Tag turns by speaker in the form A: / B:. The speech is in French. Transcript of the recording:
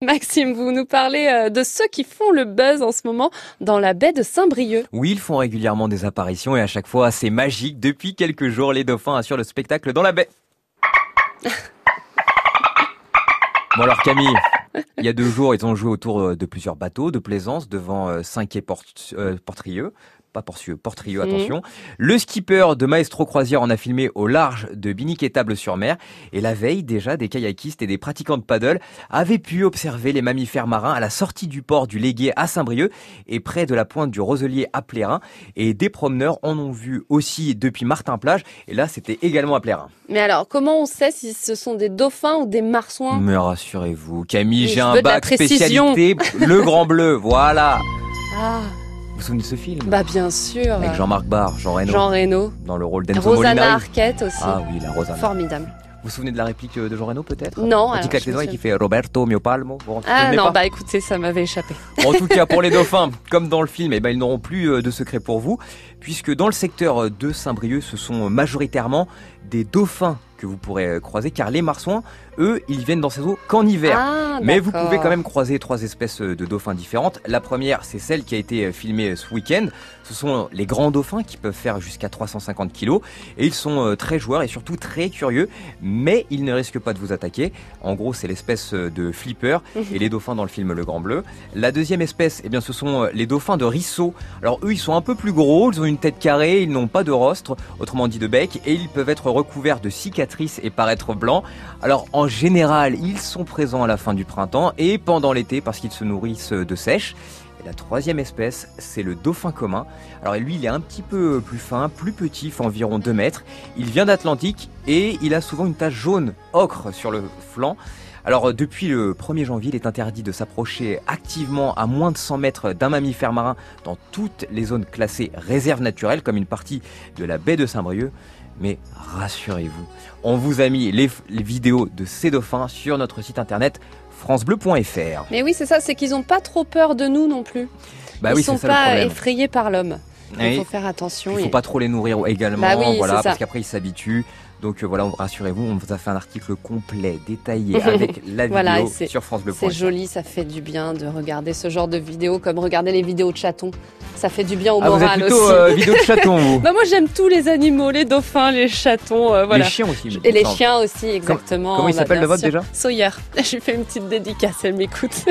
A: Maxime, vous nous parlez euh, de ceux qui font le buzz en ce moment dans la baie de Saint-Brieuc.
B: Oui, ils font régulièrement des apparitions et à chaque fois, c'est magique. Depuis quelques jours, les dauphins assurent le spectacle dans la baie. Bon alors Camille, il y a deux jours, ils ont joué autour euh, de plusieurs bateaux de plaisance devant euh, Cinquier Port- euh, Portrieux. Pas Porcieux, Portrieux,
A: Mhm.
B: attention. Le skipper de Maestro Croisière en a filmé au large de Biniquetable-sur-Mer. Et la veille, déjà, des kayakistes et des pratiquants de paddle avaient pu observer les mammifères marins à la sortie du port du Légué à Saint-Brieuc et près de la pointe du Roselier à Plérin. Et des promeneurs en ont vu aussi depuis Martin-Plage. Et là, c'était également à Plérin.
A: Mais alors, comment on sait si ce sont des dauphins ou des marsouins
B: Mais rassurez-vous, Camille,
A: Mais
B: j'ai
A: je
B: un
A: veux de la
B: bac
A: précision.
B: spécialité le grand bleu, voilà.
A: Ah,
B: Vous vous souvenez de ce film
A: bah bien sûr.
B: Avec Jean-Marc Barr, Jean Reno,
A: Jean Reno.
B: dans le rôle d'Enzo
A: Rosanna
B: Molinari.
A: Arquette aussi.
B: Ah oui, la Rosanna.
A: Formidable.
B: Vous vous souvenez de la réplique euh, de Jean Reno peut-être
A: Non,
B: Quand il
A: alors,
B: claque
A: je
B: les
A: me
B: doigts et qui
A: souviens-
B: fait Roberto mio palmo. Vous vous
A: Ah
B: souvenez
A: non,
B: pas
A: bah écoutez, ça m'avait échappé.
B: En tout cas, pour les dauphins, comme dans le film, eh ben, ils n'auront plus euh, de secret pour vous, puisque dans le secteur euh, de Saint-Brieuc, ce sont euh, majoritairement des dauphins que vous pourrez euh, croiser, car les marsouins, eux, ils viennent dans ces eaux qu'en hiver.
A: Ah,
B: Mais vous
A: d'accord.
B: pouvez quand même croiser trois espèces euh, de dauphins différentes. La première, c'est celle qui a été euh, filmée ce week-end. Ce sont euh, les grands dauphins qui peuvent faire jusqu'à 350 kilos. Et ils sont euh, très joueurs et surtout très curieux. Mais ils ne risquent pas de vous attaquer. En gros, c'est l'espèce euh, de flipper
A: Mhm.
B: et les dauphins dans le film Le Grand Bleu. La deuxième espèce, eh bien, ce sont euh, les dauphins de Risseau. Alors eux, ils sont un peu plus gros. Ils ont une tête carrée. Ils n'ont pas de rostre, autrement dit de bec. Et ils peuvent être recouverts de cicatrices et paraître blancs. Alors en général, ils sont présents à la fin du printemps et pendant l'été parce qu'ils se nourrissent de sèche. Et la troisième espèce, c'est le dauphin commun. Alors lui, il est un petit peu plus fin, plus petit, il fait environ 2 mètres. Il vient d'Atlantique et il a souvent une tache jaune ocre sur le flanc. Alors depuis le 1er janvier, il est interdit de s'approcher activement à moins de 100 mètres d'un mammifère marin dans toutes les zones classées réserves naturelles, comme une partie de la baie de Saint-Brieuc. Mais rassurez-vous, on vous a mis les, f- les vidéos de ces dauphins sur notre site internet francebleu.fr.
A: Mais oui, c'est ça, c'est qu'ils n'ont pas trop peur de nous non plus.
B: Bah
A: Ils
B: oui,
A: sont
B: c'est ça
A: pas
B: le problème.
A: effrayés par l'homme. Il
B: Et
A: faut faire attention.
B: Il faut
A: et-
B: pas trop les nourrir également,
A: Bah oui,
B: voilà,
A: c'est ça.
B: parce qu'après ils s'habituent. Donc euh, voilà, rassurez-vous, on vous a fait un article complet, détaillé, avec la
A: Voilà,
B: vidéo
A: et c'est-
B: sur francebleu.fr.
A: C'est joli, ça fait du bien de regarder ce genre de vidéos comme regarder les vidéos de chatons. Ça fait du bien au
B: Ah, vous êtes
A: moral
B: plutôt
A: aussi.
B: euh, vidéo de chaton, vous
A: Bah, moi j'aime tous les animaux, les dauphins, les chatons, euh, voilà.
B: Les chiens aussi. il
A: Et
B: me
A: les
B: semble.
A: chiens aussi, exactement.
B: comment il
A: bah,
B: s'appelle
A: bien
B: le vôtre
A: sûr.
B: déjà
A: Sawyer. Je lui fais une petite dédicace, elle m'écoute.